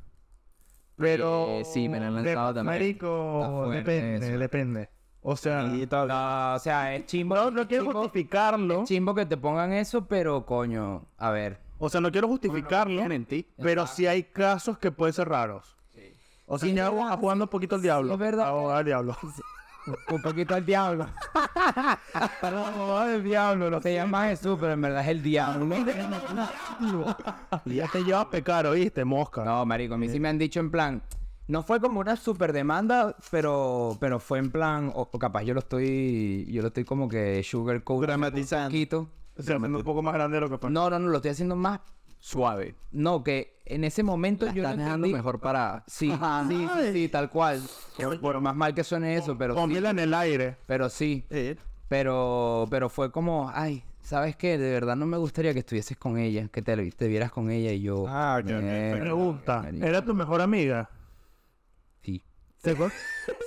S1: Pero...
S2: Eh, sí, me la han lanzado
S1: de-
S2: también. Está
S1: Marico,
S2: fuerte
S1: depende,
S2: eso.
S1: depende. O sea...
S4: Y todo.
S3: No, o sea, es chimbo.
S1: No, no quiero
S3: chimbo,
S1: justificarlo.
S3: chimbo que te pongan eso, pero coño, a ver.
S1: O sea, no quiero justificarlo,
S2: en ti.
S1: pero sí hay casos que pueden ser raros. O sea,
S3: Sí,
S1: ya
S3: es verdad,
S1: jugando un poquito al diablo.
S3: es verdad.
S1: A jugar al diablo.
S3: Un poquito al diablo. Para la mamá del diablo. Lo que llama Jesús, pero en verdad es el diablo.
S1: Y [laughs] ya te lleva a pecar, ¿oíste? Mosca.
S3: No, marico, a mí sí me han dicho en plan. No fue como una super demanda, pero, pero fue en plan. O, o capaz yo lo estoy. Yo lo estoy como que sugarcoat
S4: Dramatizando.
S3: poquito.
S1: O sea, un poco más grande de lo que pasa.
S3: No, no, no, lo estoy haciendo más.
S2: Suave.
S3: No, que en ese momento yo. no
S2: Estás dejando
S3: entendí-
S2: mejor para.
S3: Sí, sí, sí, tal cual. Por más mal que suene eso, pero sí,
S1: Póngela en el aire.
S3: pero sí,
S4: Eh,
S3: pero, pero fue como, ay, ¿sabes qué? De verdad no me gustaría que estuvieses con ella, que te, te vieras con ella y yo.
S4: Ah, ok, ok,
S3: mierda,
S1: Pregunta,
S3: marico.
S1: ¿era tu mejor amiga?
S3: Sí.
S1: ¿Se, co-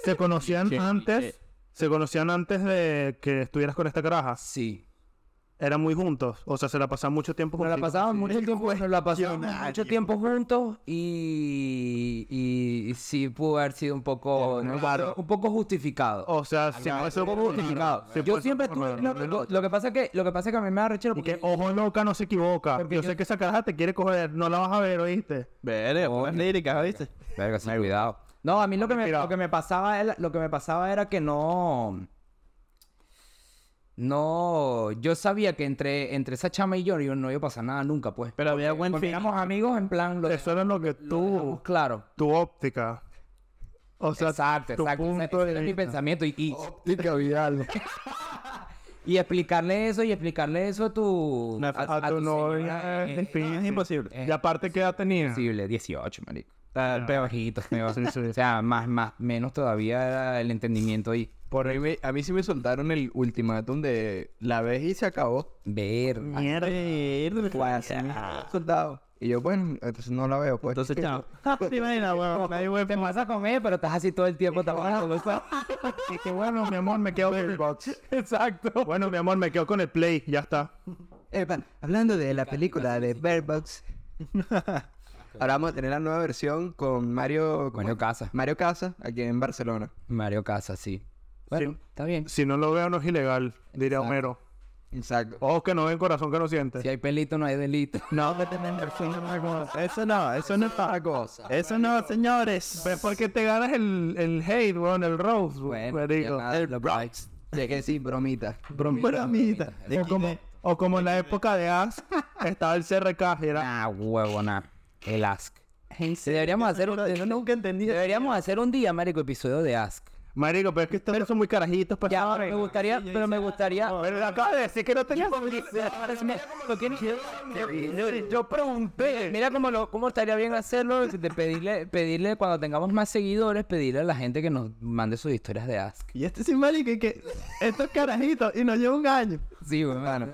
S1: se conocían antes? ¿Se conocían antes de que estuvieras con esta caraja?
S3: Sí.
S1: ¿Eran muy juntos? O sea, ¿se la pasaban ah, mucho tiempo
S3: Nos la
S1: juntos?
S3: pasábamos mucho tiempo, nos la pasábamos mucho tiempo juntos y, y, y sí pudo haber sido un poco, un poco justificado.
S1: O sea, si no, eso-
S3: justificado.
S1: Sí,
S3: eh, yo
S1: pues,
S3: siempre estuve, lo, lo- lo que pasa es que lo que pasa es que a mí me da rechero
S1: Y
S3: porque
S1: que ojo loca no se equivoca.
S3: Porque
S1: yo,
S3: yo-
S1: sé que esa caraja te quiere coger, no la vas a ver, ¿oíste?
S4: Verga, buenas líricas, ¿viste?
S3: Verga, sí, cuidado. No, a mí lo que, me, lo que me pasaba era, lo que me pasaba era que no. No, yo sabía que entre, entre esa chama y yo, yo no iba a pasar nada nunca, pues.
S4: Pero había buen
S3: Porque
S4: feeling.
S3: éramos amigos en plan lo
S1: Eso era lo que
S3: lo dejamos
S1: tú,
S3: claro.
S1: tu óptica. O sea,
S3: exacto,
S1: tu
S3: exacto. Ese-
S1: punto
S3: ese
S1: de
S3: era mi
S1: vista. Oh.
S3: pensamiento y, y,
S1: óptica Vidal.
S3: y explicarle eso y explicarle eso a tu
S4: Una-
S1: [laughs] A, tu novia
S3: señora,
S1: es
S3: eh,
S1: difícil.
S4: Es imposible.
S1: Y aparte, ¿qué edad tenía?
S3: imposible, 18, marico.
S4: Tal
S3: Peor bajito, peor. [laughs] O sea, más, más, menos todavía era el entendimiento ahí.
S2: Por ahí me- a mí sí me soltaron el ultimátum de la vez y se acabó.
S3: Ver.
S1: Mierda.
S2: Soldado. Y yo, bueno, entonces no la veo, pues.
S4: Entonces, chao.
S3: [laughs]
S4: Ah, sí, vaina, huevón. Ahí, huevón.
S3: Te vas a comer, pero estás así todo el tiempo trabajando. ¿no?
S1: Y que bueno, mi amor, me quedo con el box.
S3: [laughs] Exacto.
S1: Bueno, mi amor, me quedo con el play, ya está.
S2: Eh, pan, hablando de la película de Bird
S3: [laughs]
S2: Box, ahora vamos a tener la nueva versión con Mario...
S3: [laughs]
S2: ¿cómo
S3: Mario
S2: es?
S3: Casas.
S2: Mario Casa, aquí en Barcelona.
S3: Mario Casas, sí. Bueno, está bien.
S1: Si no lo veo, no es ilegal, diría Homero.
S2: Exacto.
S1: Ojos que no ven, corazón que no siente.
S3: Si hay pelito, no hay delito. [laughs]
S4: No, eso no, eso no es otra cosa. Eso no, señores.
S1: Pero es porque Pues, te ganas el, el hate, weón, el roast,
S3: Bueno, ya
S1: marico.
S3: nada, los Bronx.
S2: De que sí, bromita.
S4: Bromita.
S1: O como, o como en la época de Ask, estaba el CRK, y era...
S3: Ah, huevo, nada. El Ask. Deberíamos hacer un,
S4: Yo nunca entendí.
S3: deberíamos hacer un día, marico, episodio de Ask.
S1: Marico, pero es que ustedes son muy carajitos pues, para...
S3: Ah, Ya, me gustaría, pero me gustaría... [laughs]
S1: Pero le acabas de decir que no tenías...
S3: Yo pregunté. Mira cómo, lo, cómo estaría bien hacerlo, de pedirle, pedirle cuando tengamos más seguidores, pedirle a la gente que nos mande sus historias de Ask.
S4: Y este sin marico y que estos carajitos y nos lleva un año.
S3: Sí, hermano.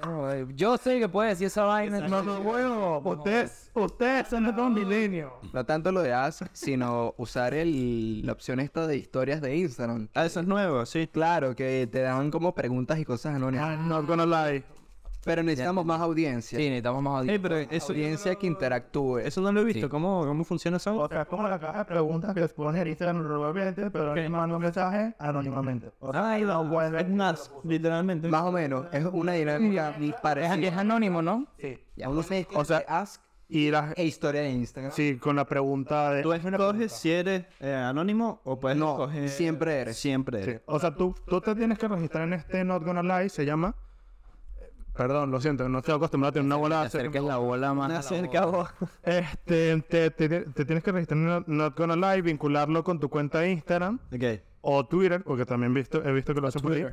S3: Yo sé que puede decir esa vaina.
S1: No, no, weón, ustedes, ustedes son los dos milenios.
S2: No tanto lo de As, sino usar el, la opción esta de historias de Instagram.
S4: Ah, eso es nuevo, sí.
S2: Claro, que te dan como preguntas y cosas anónimas.
S1: I'm not gonna lie.
S2: Pero necesitamos más audiencia.
S3: Sí, necesitamos más
S4: Ey,
S3: audiencia.
S4: pero eso,
S2: Audiencia que interactúe.
S4: eso no lo he visto. ¿Cómo, cómo funciona eso?
S1: O sea, es como la caja de preguntas que les pones en Instagram normalmente, pero les mando un mensaje anónimamente.
S4: Ay, no, bueno, es un as, literalmente.
S2: Más o menos. Es una dinámica
S3: Es,
S2: parecida.
S3: es anónimo, ¿no?
S1: Sí.
S2: Ya uno se
S1: O
S3: eh,
S1: sea,
S2: ask
S1: Y las...
S2: e historia de Instagram.
S1: Sí, con la pregunta de...
S4: Tú escoges si eres eh, anónimo o puedes
S2: No,
S4: escoger-
S2: siempre eres.
S4: Siempre
S1: Sí,
S4: eres.
S1: O sea, tú, tú te tienes que registrar en este Not Gonna Lie, se llama. eh, Perdón, lo siento, no estoy acostumbrado a tener una bola.
S3: Acerca la bola
S4: Me
S3: más.
S4: acerca a vos. [laughs]
S1: Este, te, te- te tienes que registrar en Not- Not Gonna Lie, vincularlo con tu cuenta de Instagram
S4: Ok.
S1: o Twitter, porque también visto, he visto que lo hacen por ahí.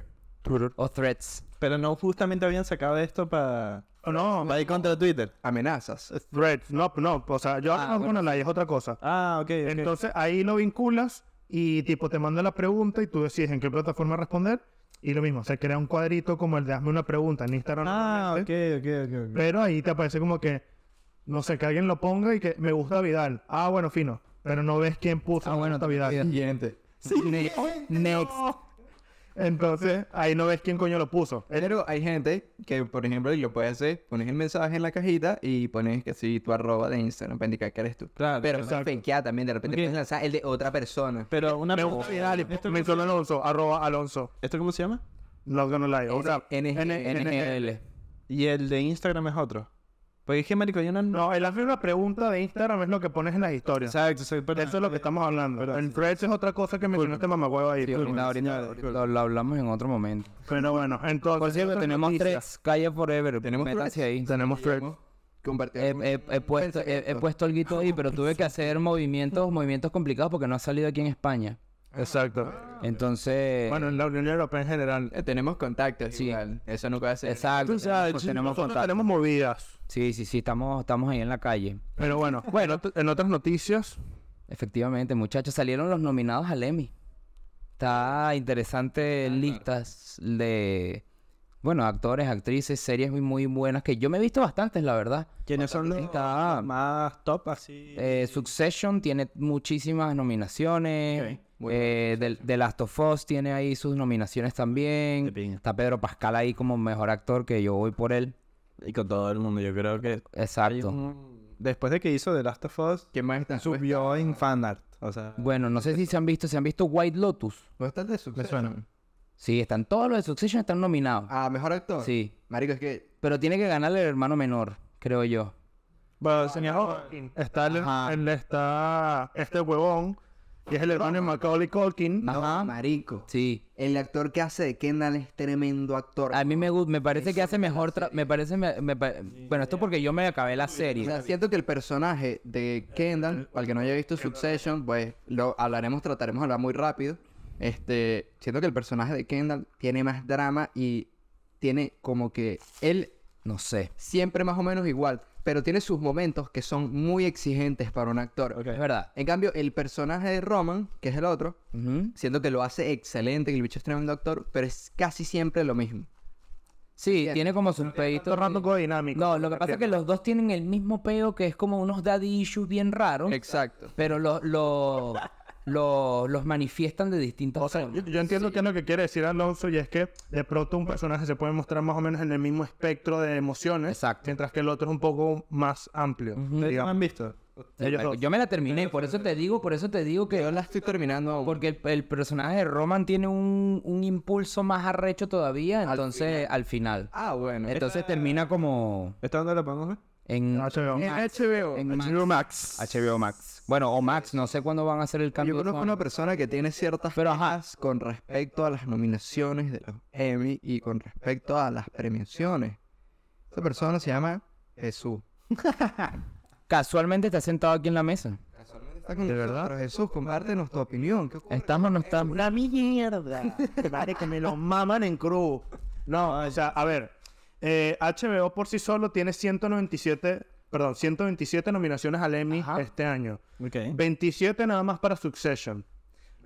S1: Twitter.
S3: O threads.
S4: Pero no justamente habían sacado esto para
S1: Oh, no,
S4: ir contra Twitter.
S2: Amenazas.
S1: Threads, no, no, o sea, yo hablo de Not Gonna Lie, es otra cosa.
S4: Ah, ok, ok.
S1: Entonces ahí lo vinculas y tipo te manda la pregunta y tú decides en qué plataforma responder y lo mismo, se crea un cuadrito como el de hazme una pregunta en Instagram.
S4: ah,
S1: normalmente.
S4: ok, ok, ok. ok.
S1: Pero ahí te aparece como que, no sé, que alguien lo ponga y que me gusta Vidal. Ah, bueno, fino. Pero no ves quién puso
S3: Ah,
S1: me
S3: bueno,
S1: gusta Vidal.
S2: Siguiente.
S3: Ne- Next.
S1: Entonces, ahí no ves quién coño lo puso.
S2: Pero hay gente que, por ejemplo, lo puedes hacer, pones el mensaje en la cajita y pones que sí, tu arroba de Instagram para indicar que eres tú.
S4: Claro,
S2: Pero
S1: exacto.
S2: fakea también, de repente
S4: Ok.
S2: puedes lanzar el de otra persona.
S4: Pero una
S1: Me gusta Vidal y
S4: ¿Esto,
S1: mencionó Alonso, arroba Alonso.
S4: ¿Esto cómo se llama?
S1: Not gonna lie. O sea,
S2: N-
S1: N-
S2: NGL.
S3: NGL.
S4: Y el de Instagram es otro. Porque es que, marico, hay una...
S1: No, el hacer una pregunta de Instagram es lo que pones en las historias.
S4: Exacto, soy perdón.
S1: Eso es lo que estamos hablando.
S4: Verdad,
S1: en Threads es otra cosa que mencionaste mamagüevo ahí.
S3: Sí,
S1: Disculpen.
S3: ahorita, ahorita,
S4: señores,
S3: ahorita lo, lo hablamos en otro momento.
S1: Pero bueno, entonces...
S3: Por cierto,
S1: otras
S3: tenemos
S1: noticias.
S3: tres. Calle Forever.
S2: Tenemos
S3: Métanse ahí.
S1: Tenemos Threads.
S2: Compartir.
S3: He, he- he puesto, he, he puesto algo ahí, pero tuve que hacer movimientos, movimientos complicados porque no ha salido aquí en España.
S1: Exacto.
S3: Entonces,
S1: Bueno, en la Unión Europea en general.
S2: Eh, tenemos contactos
S3: Sí.
S2: igual. Eso nunca va a ser.
S3: exacto.
S1: Tú sabes,
S3: tenemos-
S1: sí,
S3: tenemos
S1: nosotros
S3: contacto.
S1: tenemos movidas.
S3: Sí, sí, sí, estamos, estamos ahí en la calle.
S1: Pero bueno, bueno, t- en otras noticias,
S3: Efectivamente, muchachos, salieron los nominados al Emmy. Está interesante
S2: Ah,
S3: listas de, bueno, actores, actrices, series muy, muy buenas que yo me he visto bastantes, la verdad.
S4: ¿Quiénes son los
S3: Está-
S4: más top así?
S3: Eh, Succession tiene muchísimas nominaciones.
S4: Ok,
S2: muy
S3: Eh, del- The Last of Us tiene ahí sus nominaciones también.
S4: De pinga.
S3: Está Pedro Pascal ahí como mejor actor, que yo voy por él.
S4: Y con todo el mundo, yo creo que...
S3: Exacto.
S4: Mm. Después de que hizo The Last of Us,
S2: ¿Qué más está?
S4: subió en fanart. O sea,
S3: Bueno, no sé si se han visto, se han visto White Lotus.
S2: ¿No estás de
S1: me
S2: Succession?
S1: suenan.
S3: Sí, están todos los de Succession están nominados.
S2: Ah, mejor actor.
S3: Sí.
S2: Marico, es que.
S3: Pero tiene que ganar el hermano menor, creo yo.
S1: Bueno, señor Hopkins, está, el- el- está este huevón, que es el hermano de Macaulay Culkin.
S3: Ajá.
S5: Marico.
S3: Sí.
S5: El actor que hace de Kendall es tremendo actor.
S3: A mí me gu- me parece que hace mejor tra- me parece me- me pa- bueno, esto porque yo me acabé la
S5: O
S3: serie.
S5: sea, siento que el personaje de Kendall, al que no haya visto Succession, pues lo hablaremos, trataremos de hablar muy rápido. Este, siento que el personaje de Kendall tiene más drama y tiene como que él
S3: No sé.
S5: siempre más o menos igual, pero tiene sus momentos que son muy exigentes para un actor.
S4: Ok.
S3: Es verdad.
S5: En cambio, el personaje de Roman, que es el otro,
S3: Ujú.
S5: siento que lo hace excelente, que el bicho es tremendo actor, pero es casi siempre lo mismo.
S3: Sí, tiene como sus
S1: Esto
S3: peitos.
S1: es random dinámico.
S3: No, lo que pasa es que los dos tienen el mismo peo que es como unos daddy issues bien raros,
S5: Exacto.
S3: pero los los los manifiestan de distintas
S1: O sea, yo,
S3: formas.
S1: yo entiendo que es lo que quiere decir Alonso y es que de pronto un personaje se puede mostrar más o menos en el mismo espectro de emociones,
S3: Exacto.
S1: mientras que el otro es un poco más amplio.
S4: ¿Ustedes no
S1: digamos.
S4: han visto?
S1: ellos dos.
S3: Yo me la terminé, por eso te digo, por eso te digo que
S5: Yo la estoy terminando aún.
S3: Porque el, el personaje de Roman tiene un, un impulso más arrecho todavía, entonces al final.
S5: Ah, bueno.
S3: Entonces termina como
S4: ¿Esta dónde la podemos ver?
S3: en
S1: HBO.
S3: en Max,
S5: HBO.
S3: en Max.
S1: HBO Max.
S3: HBO Max. Bueno, o Max, no sé cuándo van a hacer el cambio.
S5: Yo
S3: de
S5: conozco
S3: forma.
S5: una persona que tiene ciertas
S3: Pero ajá.
S5: quejas con respecto a las nominaciones de los Emmy y con respecto a las premiaciones. Esa persona se llama Jesús.
S3: Casualmente está sentado aquí en la mesa.
S5: Está con ¿De verdad? Jesús, compártenos tu opinión. ¿Qué ocurre?
S3: ¿Estamos o no estamos?
S1: Una mierda. Vale, que me los maman en cruz. No, o sea, a ver. eh, HBO por sí solo tiene 197, perdón, 127 nominaciones al Emmy
S3: Ajá.
S1: este año.
S4: Ok.
S1: 27 nada más para Succession.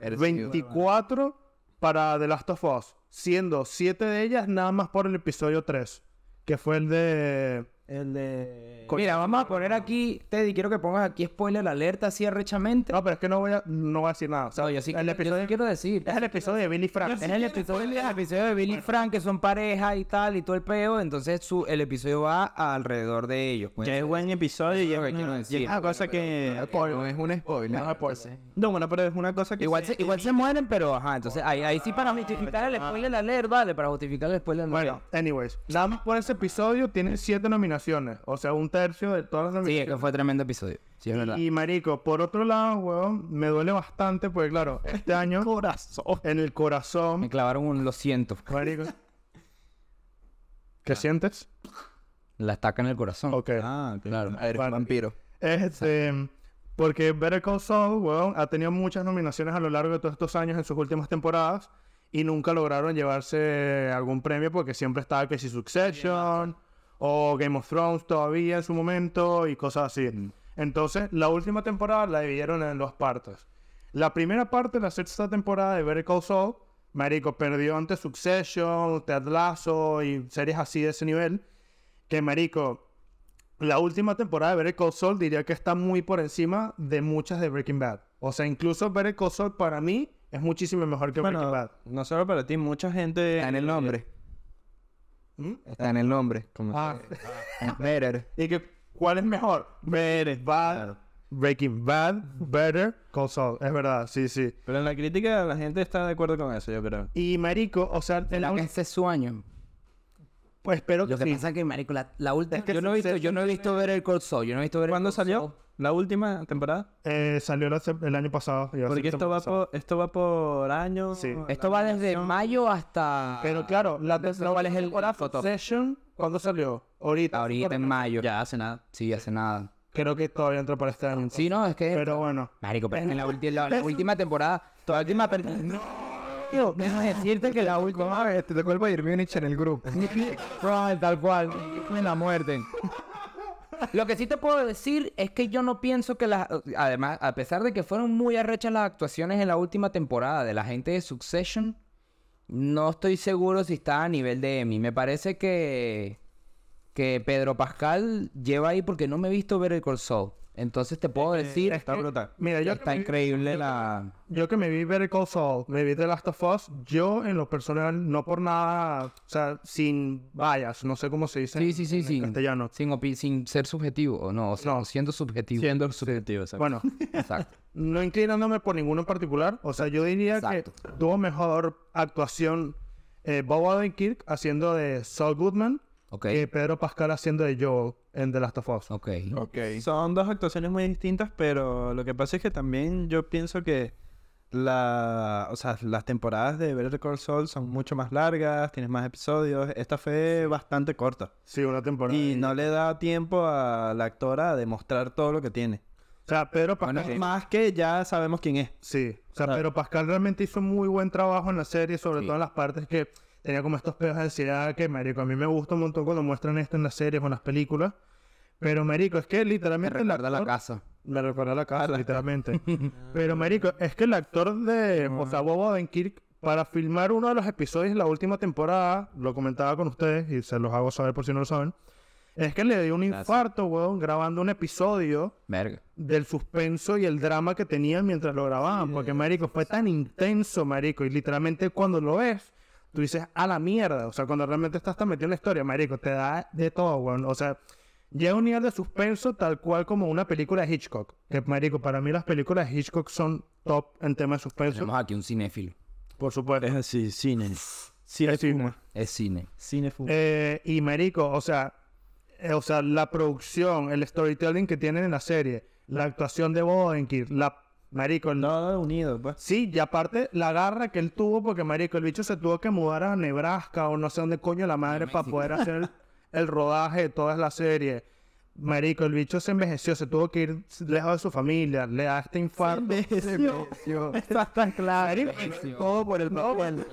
S5: Eres
S1: 24 para The Last of Us. Siendo 7 de ellas nada más por el episodio 3. Que fue el de...
S3: Eh.
S4: El de...
S3: Mira, vamos a poner aquí, Teddy, quiero que pongas aquí spoiler alerta así arrechamente.
S1: No, pero es que no voy a, no voy a decir nada. O sea,
S3: No, yo sí,
S1: el
S3: yo sí
S1: episodio,
S3: quiero decir.
S1: es el episodio de Billy Frank.
S3: Es el episodio, el episodio de Billy Frank, que son pareja y tal, y todo el peo. Entonces su, el episodio va alrededor de ellos. pues.
S4: Que es buen episodio y es
S3: lo que quiero
S4: una, y es
S3: decir.
S4: una cosa que...
S5: No es un spoiler.
S4: No, bueno, pero es una cosa que...
S3: Igual se, igual se mueren, pero ajá, entonces ahí, ahí sí para justificar el spoiler alert, vale, para justificar el spoiler alert.
S1: Ah. Bueno, anyways, nada más por ese episodio tiene siete nominaciones, o sea, un tercio de todas las
S3: sí, es
S1: nominaciones.
S3: que fue tremendo episodio. Sí, es verdad.
S1: y marico, por otro lado, huevón, me duele bastante porque claro,
S3: [laughs]
S1: este año
S4: corazón.
S1: en el
S3: Me
S1: corazón,
S3: clavaron un lo siento,
S1: marico. ¿Qué
S3: [laughs]
S1: sientes?
S3: la estaca en el corazón.
S1: Ok.
S4: Ah,
S3: Claro.
S5: Eres
S1: Bueno.
S5: un vampiro.
S1: Este, porque Better Call Saul, huevón, ha tenido muchas nominaciones a lo largo de todos estos años en sus últimas temporadas y nunca lograron llevarse algún premio porque siempre estaba que si Succession o Game of Thrones todavía en su momento y cosas así. Entonces, la última temporada la dividieron en dos partes. La primera parte, la sexta temporada de Better Call Saul, marico, perdió ante Succession, Ted Lasso y series así de ese nivel que marico, la última temporada de Better Call Saul diría que está muy por encima de muchas de Breaking Bad. O sea, incluso Better Call Saul para mí es muchísimo mejor que Breaking
S4: Bueno,
S1: Bad.
S4: no solo para ti, mucha gente...
S5: Está en el nombre.
S1: ¿Mm?
S5: Está en el nombre.
S1: Ah,
S5: Better.
S1: [laughs] y que, ¿cuál es mejor?
S4: Better
S1: Bad, Breaking Bad, Better Call Saul. Es verdad, sí, sí.
S4: Pero en la crítica la gente está de acuerdo con eso, yo creo.
S1: Y marico, o sea, en la
S3: La que
S1: ul-
S3: ese es su año.
S1: Pues espero
S3: Lo que
S1: sí.
S3: pasa es que, marico, la, la última...
S1: Es que
S3: yo, no he visto, yo no he visto ver el Cold Soul, yo no he visto ver el
S4: ¿Cuándo
S3: Cold Soul.
S4: salió? ¿La última temporada?
S1: Eh, salió la se- el año pasado. iba a
S4: Porque
S1: ser
S4: esto va,
S1: temporada
S4: por, esto va por año.
S1: Sí.
S4: la
S3: Esto va desde
S4: animación.
S3: mayo hasta...
S1: pasada. Pero claro, la
S3: No sé cuál es el- el
S1: temporada
S3: cutoff.
S1: Session, ¿cuándo salió? Ahorita.
S3: Ahorita en mayo.
S2: Ya hace nada.
S3: Sí, hace nada.
S1: Creo que todavía entró para este año.
S3: Sí, no, es que...
S1: Pero bueno.
S3: Marico, pero es que en la, ulti- la- la última temporada... La última... per- No. Tío, déjame decirte que la última...
S5: ver, te tocó el Bayern Múnich en el grupo.
S3: [laughs] Bro, tal cual. Me la muerden. Lo que sí te puedo decir es que yo no pienso que las... Además, a pesar de que fueron muy arrechas las actuaciones en la última temporada de la gente de Succession, no estoy seguro si está a nivel de Emmy. Me parece que... Que Pedro Pascal lleva ahí porque no me he visto ver el Corso. Entonces te puedo decir...
S1: que-
S4: brutal.
S1: Mira, yo que,
S3: Está
S1: me,
S3: increíble la...
S1: yo que me vi Better Call Saul, me vi The Last of Us, yo en lo personal, no por nada, o sea, sin vallas, no sé cómo se dice
S3: Sí, sí, sí,
S1: en
S3: sí.
S1: castellano.
S3: Sin, opi- sin ser subjetivo, o no, o sea, siendo subjetivo.
S2: Siendo subjetivo, exacto.
S1: Bueno,
S3: Exacto.
S1: no inclinándome por ninguno en particular, o sea, yo diría que
S3: Exacto.
S1: tuvo mejor actuación eh, Bob Odenkirk haciendo de Saul Goodman [laughs]
S3: Ok.
S1: que Pedro Pascal haciendo de Joel en The Last of Us.
S3: Ok.
S5: Ok.
S4: Son dos actuaciones muy distintas, pero lo que pasa es que también yo pienso que la, o sea, las temporadas de Better Call Saul son mucho más largas, tienes más episodios. Esta fue bastante corta.
S1: Sí, una temporada.
S4: Y no le da tiempo a la actora a demostrar todo lo que tiene.
S1: O sea, Pedro Pascal...
S4: Más que ya sabemos quién es.
S1: Sí, o sea, pero Pascal realmente hizo muy buen trabajo en la serie, sobre todo en las partes que tenía como estos pedos de ansiedad que, marico, a mí me gusta un montón cuando muestran esto en las series o en las películas. Pero, marico, es que
S3: Me
S1: literalmente... el
S3: recuerda la
S1: actor-
S3: casa. Ah.
S1: Me recuerda la casa,
S3: [laughs]
S1: literalmente. pero, marico, es que el actor de... O sea, Bob Odenkirk, para filmar uno de los episodios de la última temporada, lo comentaba con ustedes y se los hago saber por si no lo saben, es que le dio un infarto, weón, grabando un episodio
S3: Verga.
S1: del suspenso y el drama que tenían mientras lo grababan. Porque, marico, fue tan intenso, marico. Y literalmente cuando lo ves, tú dices, a la mierda. O sea, cuando realmente estás tan metido en la historia, marico, te da de todo, weón. O sea, llega un nivel de suspenso tal cual como una película de Hitchcock. Que, marico, para mí las películas de Hitchcock son top en tema de suspenso.
S3: Tenemos aquí un cinéfilo.
S1: Por supuesto.
S4: Es así, cine. Cine
S1: Es cine.
S4: fuma.
S3: Es cine.
S4: Cine fuma.
S1: Eh, y marico, o sea, eh, o sea, la producción, el storytelling que tienen en la serie, la actuación de Bodenkir, la... Marico, el,
S4: Todo unido, pues.
S1: Sí, y aparte la garra que él tuvo, porque marico, el bicho se tuvo que mudar a Nebraska o no sé dónde coño la madre para poder hacer
S3: [laughs]
S1: el, el rodaje de toda la serie. Marico, el bicho se envejeció, se tuvo que ir lejos de su familia, le da este infarto.
S3: [laughs]
S1: Marico,
S5: Todo por el papel.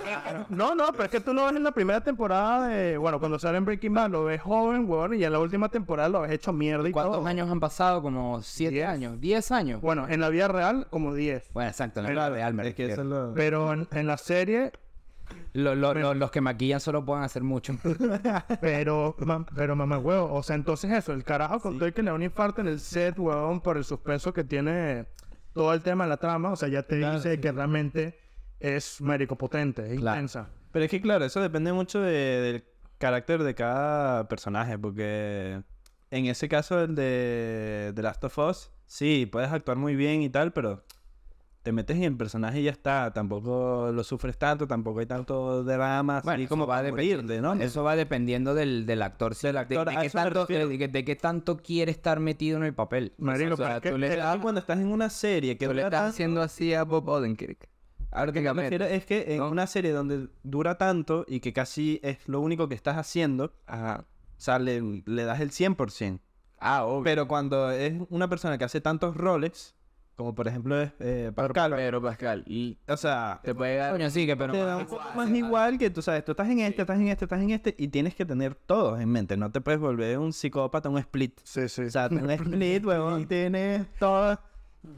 S1: No, no, pero es que tú lo ves en la primera temporada de, bueno, cuando sale en Breaking Bad lo ves joven, weón, y en la última temporada lo ves hecho mierda y
S3: ¿Cuántos
S1: todo.
S3: años han pasado? Como siete
S1: Diez.
S3: años. ¿Diez años? Bueno,
S1: Bueno, en la vida real como 10,
S3: exacto. en la vida real, me
S4: Es que eso
S3: refiero.
S4: es lo...
S1: pero en- en la serie
S3: Lo- lo- lo- los que maquillan solo pueden hacer mucho.
S1: Pero, mam- pero mamá, huevo, o sea, entonces eso, el carajo con todo el que le da un infarto en el set, huevón, por el suspenso que tiene todo el tema de la trama, o sea, ya te
S4: Claro,
S1: dice que realmente es médico potente, es
S3: Claro.
S1: intensa.
S4: Pero es que claro, eso depende mucho de- del carácter de cada personaje, porque en ese caso el de The Last of Us, sí, puedes actuar muy bien y tal, pero te metes en el personaje y ya está, tampoco lo sufres tanto, tampoco hay tanto drama,
S3: Bueno,
S4: así
S3: eso
S4: como
S3: va
S4: para
S3: a
S4: morirte, ¿no?
S3: Eso va dependiendo del, del actor. sí,
S4: Del
S3: de-
S4: actor,
S3: De,
S4: a
S3: qué
S4: eso me
S3: tanto,
S4: refiero.
S3: de, de qué tanto quiere estar metido en el papel.
S1: Marico,
S3: o sea,
S1: pero es que
S3: tú le
S1: el-
S3: das-
S4: Cuando estás en una serie que
S5: Tú le
S4: dura
S5: estás
S4: tan-
S5: haciendo así a Bob Odenkirk.
S4: A lo que me
S5: Prácticamente.
S4: refiero es que en
S5: ¿no?
S4: una serie donde dura tanto y que casi es lo único que estás haciendo,
S5: Ajá.
S4: o sea, le, le das el 100%.
S5: Ah, obvio.
S4: Pero cuando es una persona que hace tantos roles, como por ejemplo es eh, Pascal,
S5: Pero Pascal, y
S4: o sea,
S5: te puede dar.
S3: Coño, sí, que pero...
S4: te da un poco más igual que tú sabes, tú estás en este, estás en este, estás en este, y tienes que tener todos en mente. No te puedes volver un psicópata, un split.
S1: Sí, sí.
S4: O sea, un split, huevón, tienes todos.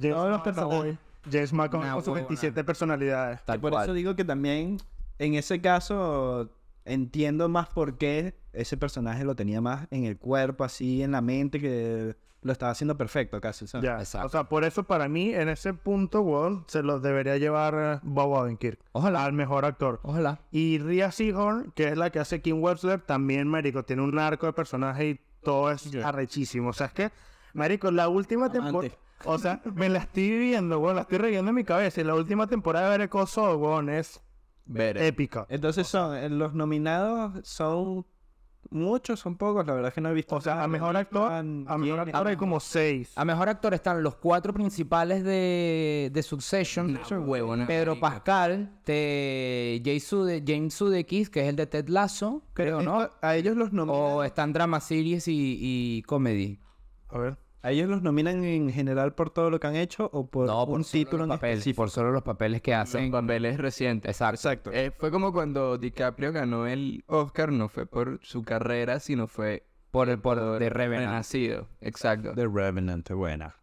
S1: James
S4: todos los
S1: McAvoy-
S4: personajes.
S1: James McAvoy
S3: Una
S1: con sus
S3: huevona.
S1: 27 personalidades.
S3: Tal
S4: Por
S3: cual.
S4: eso digo que también, en ese caso, entiendo más por qué ese personaje lo tenía más en el cuerpo, así, en la mente, que lo estaba haciendo perfecto casi. ¿sabes?
S1: Ya.
S3: Exacto.
S1: O sea, por eso para mí, en ese punto, huevón, se los debería llevar eh, Bob Odenkirk.
S3: Ojalá.
S1: Al mejor actor.
S3: Ojalá.
S1: Y Rhea Seahorn, que es la que hace Kim Webster, también, marico, tiene un arco de personaje y todo es arrechísimo. O sea, es que, marico, la última temporada...
S4: Amante.
S1: O sea, me la estoy viviendo, weón, la estoy reviendo en mi cabeza. Y la última temporada de Better Soul, weón, es
S5: Ver.
S1: épica.
S4: Entonces son, eh, los nominados son muchos, son pocos, la verdad es que no he visto.
S1: O sea, a mejor actor, a mejor
S4: ¿Quién?
S1: actor hay como seis.
S3: A mejor actor están los cuatro principales de, de Succession. Pedro Pascal, de Jay Sude- James Sudeikis, que es el de Ted Lasso, creo,
S4: Esto-
S3: ¿no?
S4: A ellos los nominan.
S3: O están drama series y, y comedy.
S1: A ver.
S4: A ellos los nominan en general por todo lo que han hecho o por
S3: No, por
S4: un
S3: solo
S4: título
S3: los
S4: en
S3: papeles,
S4: específico.
S3: por solo los papeles que hacen.
S2: papeles recientes.
S3: Exacto.
S4: Exacto.
S2: Eh, fue como cuando DiCaprio ganó el Oscar, no fue por su carrera, sino fue
S3: Por el por de Revenant.
S2: renacido. Exacto.
S4: The Revenant, buena.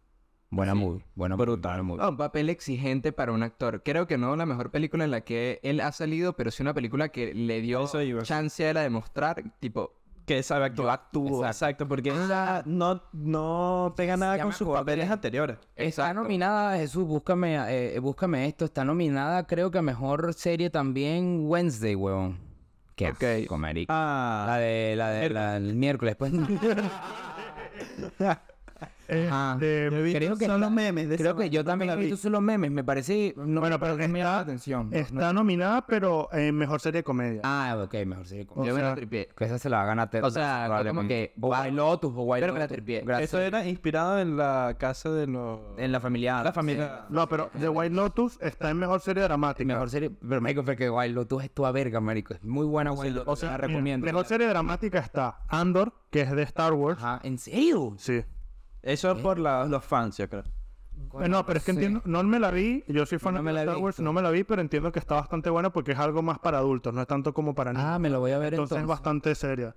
S3: Buena movie. Buena brutal
S2: Ah, un papel exigente para un actor. Creo que no la mejor película en la que él ha salido, pero sí una película que le dio
S4: Eso iba.
S2: chance a él a demostrar, tipo,
S3: Eh,
S4: Que sabe actuar.
S2: yo actúo.
S4: Exacto, porque
S3: Ah.
S4: ella no, no pega nada
S3: ya
S4: con
S3: me
S4: sus
S3: acordé.
S4: papeles anteriores.
S3: Está
S2: Exacto.
S3: nominada, Jesús, búscame, eh, búscame esto. Está nominada, creo que a mejor serie también Wednesday, weón. Qué
S2: Ok.
S3: asco, marico. La
S4: Ah,
S3: de la de la del miércoles, pues. Ajá.
S1: Eh,
S4: he
S3: [laughs]
S4: visto
S3: creo que
S4: son
S3: está-
S4: los memes de
S3: Creo
S4: esa
S3: que yo
S4: vaina, no me
S3: también
S4: la
S3: he
S4: vi.
S3: visto solo memes, me parece. no-
S1: Bueno, pero
S3: no me llama la atención.
S1: Está nominada, pero en mejor serie de comedia.
S3: Ah, ok, mejor serie.
S2: Yo
S3: como-
S2: me
S1: sea,
S2: la tripié.
S3: Que esa se la va a ganar Ted
S2: O
S3: Lasso,
S2: sea, fue como
S3: probablemente.
S2: que,
S3: O White Lotus, o White
S2: Pero me la
S3: Lotus.
S2: tripié.
S3: Gracias. Eh,
S4: Eso era inspirado en la casa de los...
S3: En la familia. La
S4: familia.
S1: No, pero The White Lotus está en mejor serie dramática.
S3: Mejor serie. Pero, marico, fue que Wild Lotus es tu verga, marico. Es muy buena Wild Lotus. O sea, la
S1: Mira,
S3: recomiendo.
S1: Mejor serie dramática está Andor, que es de Star Wars.
S3: Ajá, ¿en serio?
S1: Sí.
S3: eh.
S4: Eso es por la- los fans, yo creo.
S1: Eh, no, pero es que entiendo, no me la vi, yo soy fan
S3: No me
S1: de
S3: la he
S1: Star Wars,
S3: visto.
S1: no me la vi, pero entiendo que está bastante buena porque es algo más para adultos, no es tanto como para niños.
S3: Ah, me lo voy a ver
S1: entonces,
S3: entonces.
S1: es bastante seria.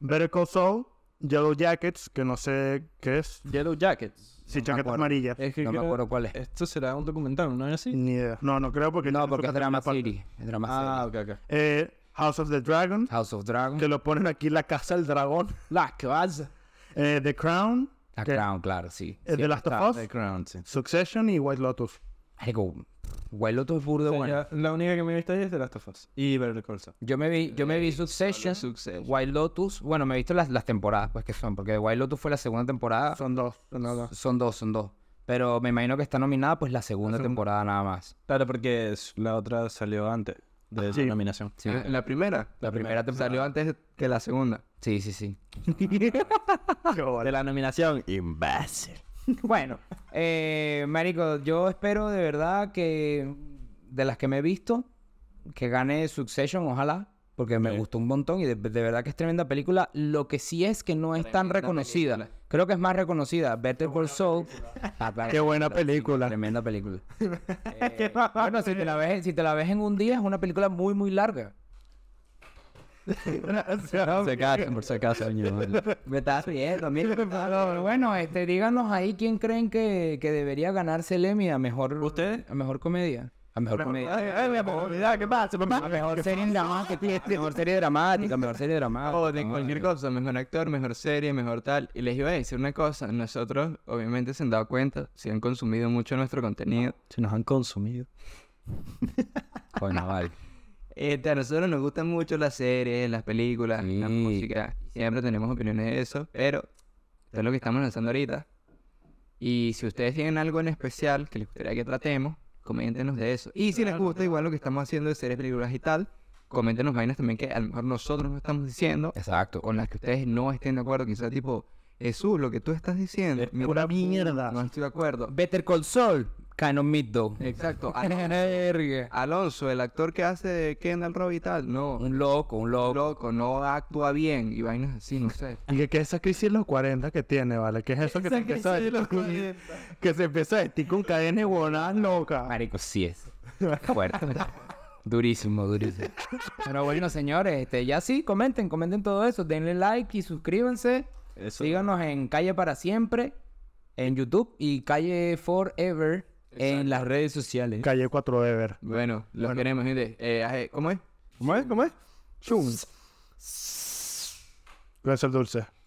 S1: Better Call Saul, Yellow Jackets, que no sé qué es,
S4: Yellow Jackets.
S1: sí,
S3: me
S1: chaqueta
S3: acuerdo.
S1: amarilla.
S4: Es que
S3: No me
S4: creo-
S3: acuerdo cuál es.
S4: Esto será un documental, ¿no es así?
S1: Ni idea. No, no creo porque... tiene
S3: No,
S1: su
S3: porque es
S1: categoría
S3: drama
S1: aparte.
S3: series. Es drama
S4: Ah,
S3: series.
S4: ok, ok.
S1: Eh, House of the Dragon,
S3: House of Dragon.
S1: que lo ponen aquí La Casa del Dragón.
S3: La casa.
S1: Eh, the Crown,
S3: La
S1: que-
S3: Crown, claro, sí.
S1: eh, The Last of Us,
S4: The Crown, sí.
S1: Succession y White Lotus.
S3: Marico, Wild Lotus es burdo
S4: O sea,
S3: bueno.
S4: ya La única que me he visto ahí es The Last of Us y Better Call Saul.
S3: Yo me vi, yo me vi Succession,
S2: Succession.
S3: Wild Lotus. Bueno, me he visto las, las temporadas, pues que son, porque Wild Lotus fue la segunda temporada.
S1: Son dos.
S3: Son dos, son dos. Pero me imagino que está nominada pues la segunda temporada nada más.
S4: Claro, porque es- la otra salió antes de esa nominación.
S3: Sí,
S2: Ah, La primera.
S3: La primera temporada.
S2: Salió antes que la segunda.
S3: sí, sí. sí.
S1: Qué bola.
S4: De la nominación, Imbécil.
S3: Bueno, eh, Marico, yo espero de verdad que de las que me he visto, que gane Succession, ojalá, porque me gustó un montón y de, de verdad que es tremenda película. Lo que sí es que no es tan reconocida. Creo que es más reconocida. Better Call Saul. Ah, claro.
S1: Qué buena película.
S3: Tremenda
S1: [laughs]
S3: película. Eh, bueno, si te, la ves, si te la ves en un día, es una película muy, muy larga.
S1: [laughs]
S2: Se casan, por si acaso.
S3: [laughs] Me estás riendo, mira. Pero bueno, este, díganos ahí quién creen que, que debería ganarse el Emmy a mejor,
S4: ¿Ustedes?
S3: a mejor comedia. A mejor comedia.
S4: ¿qué pasa,
S3: A mejor serie dramática, Oh, mejor serie dramática, mejor serie dramática.
S2: O de cualquier cosa, mejor actor, mejor serie, mejor tal. Y les iba a decir una cosa, nosotros obviamente se han dado cuenta, si han consumido mucho nuestro contenido.
S4: Se nos
S3: [laughs]
S4: han consumido.
S3: Bueno, vale.
S2: Este, a nosotros nos gustan mucho las series, las películas, la
S3: Sí.
S2: música. Siempre tenemos opiniones de eso, pero esto es lo que estamos lanzando ahorita. Y si ustedes tienen algo en especial que les gustaría que tratemos, coméntenos de eso. Y si les gusta igual lo que estamos haciendo de series, películas y tal, coméntenos vainas también que a lo mejor nosotros no estamos diciendo,
S3: Exacto.
S2: con las que ustedes no estén de acuerdo. Quizás tipo, Jesús, lo que tú estás diciendo, mira,
S1: Pura mierda.
S2: no estoy de acuerdo.
S3: Better Call Saul, kind of mid
S2: [laughs]
S3: though.
S2: Exacto. Al-
S3: [laughs] Verga.
S2: Alonso, el actor que hace de Kendall Robb y tal, no.
S3: Un loco, un loco.
S2: loco, no actúa bien y vainas así, no sé.
S1: Y que, que esa crisis de los 40 que tiene, ¿vale? Que es eso que se empieza a descubrir- Que se empieza a vestir con cadenas y huevonadas locas.
S3: Marico, sí es. [laughs] Fuerte. durísimo, durísimo. Pero bueno, señores, este, ya sí, comenten, comenten todo eso. Denle like y suscríbanse.
S4: Eso.
S3: Síganos en Calle para Siempre, en YouTube y Calle Forever en las redes sociales.
S1: Calle 4 Ever.
S2: Bueno, los queremos, gente. Eh, aje- ¿Cómo es?
S4: ¿Cómo es? ¿Cómo es?
S1: Gracias, Dulce.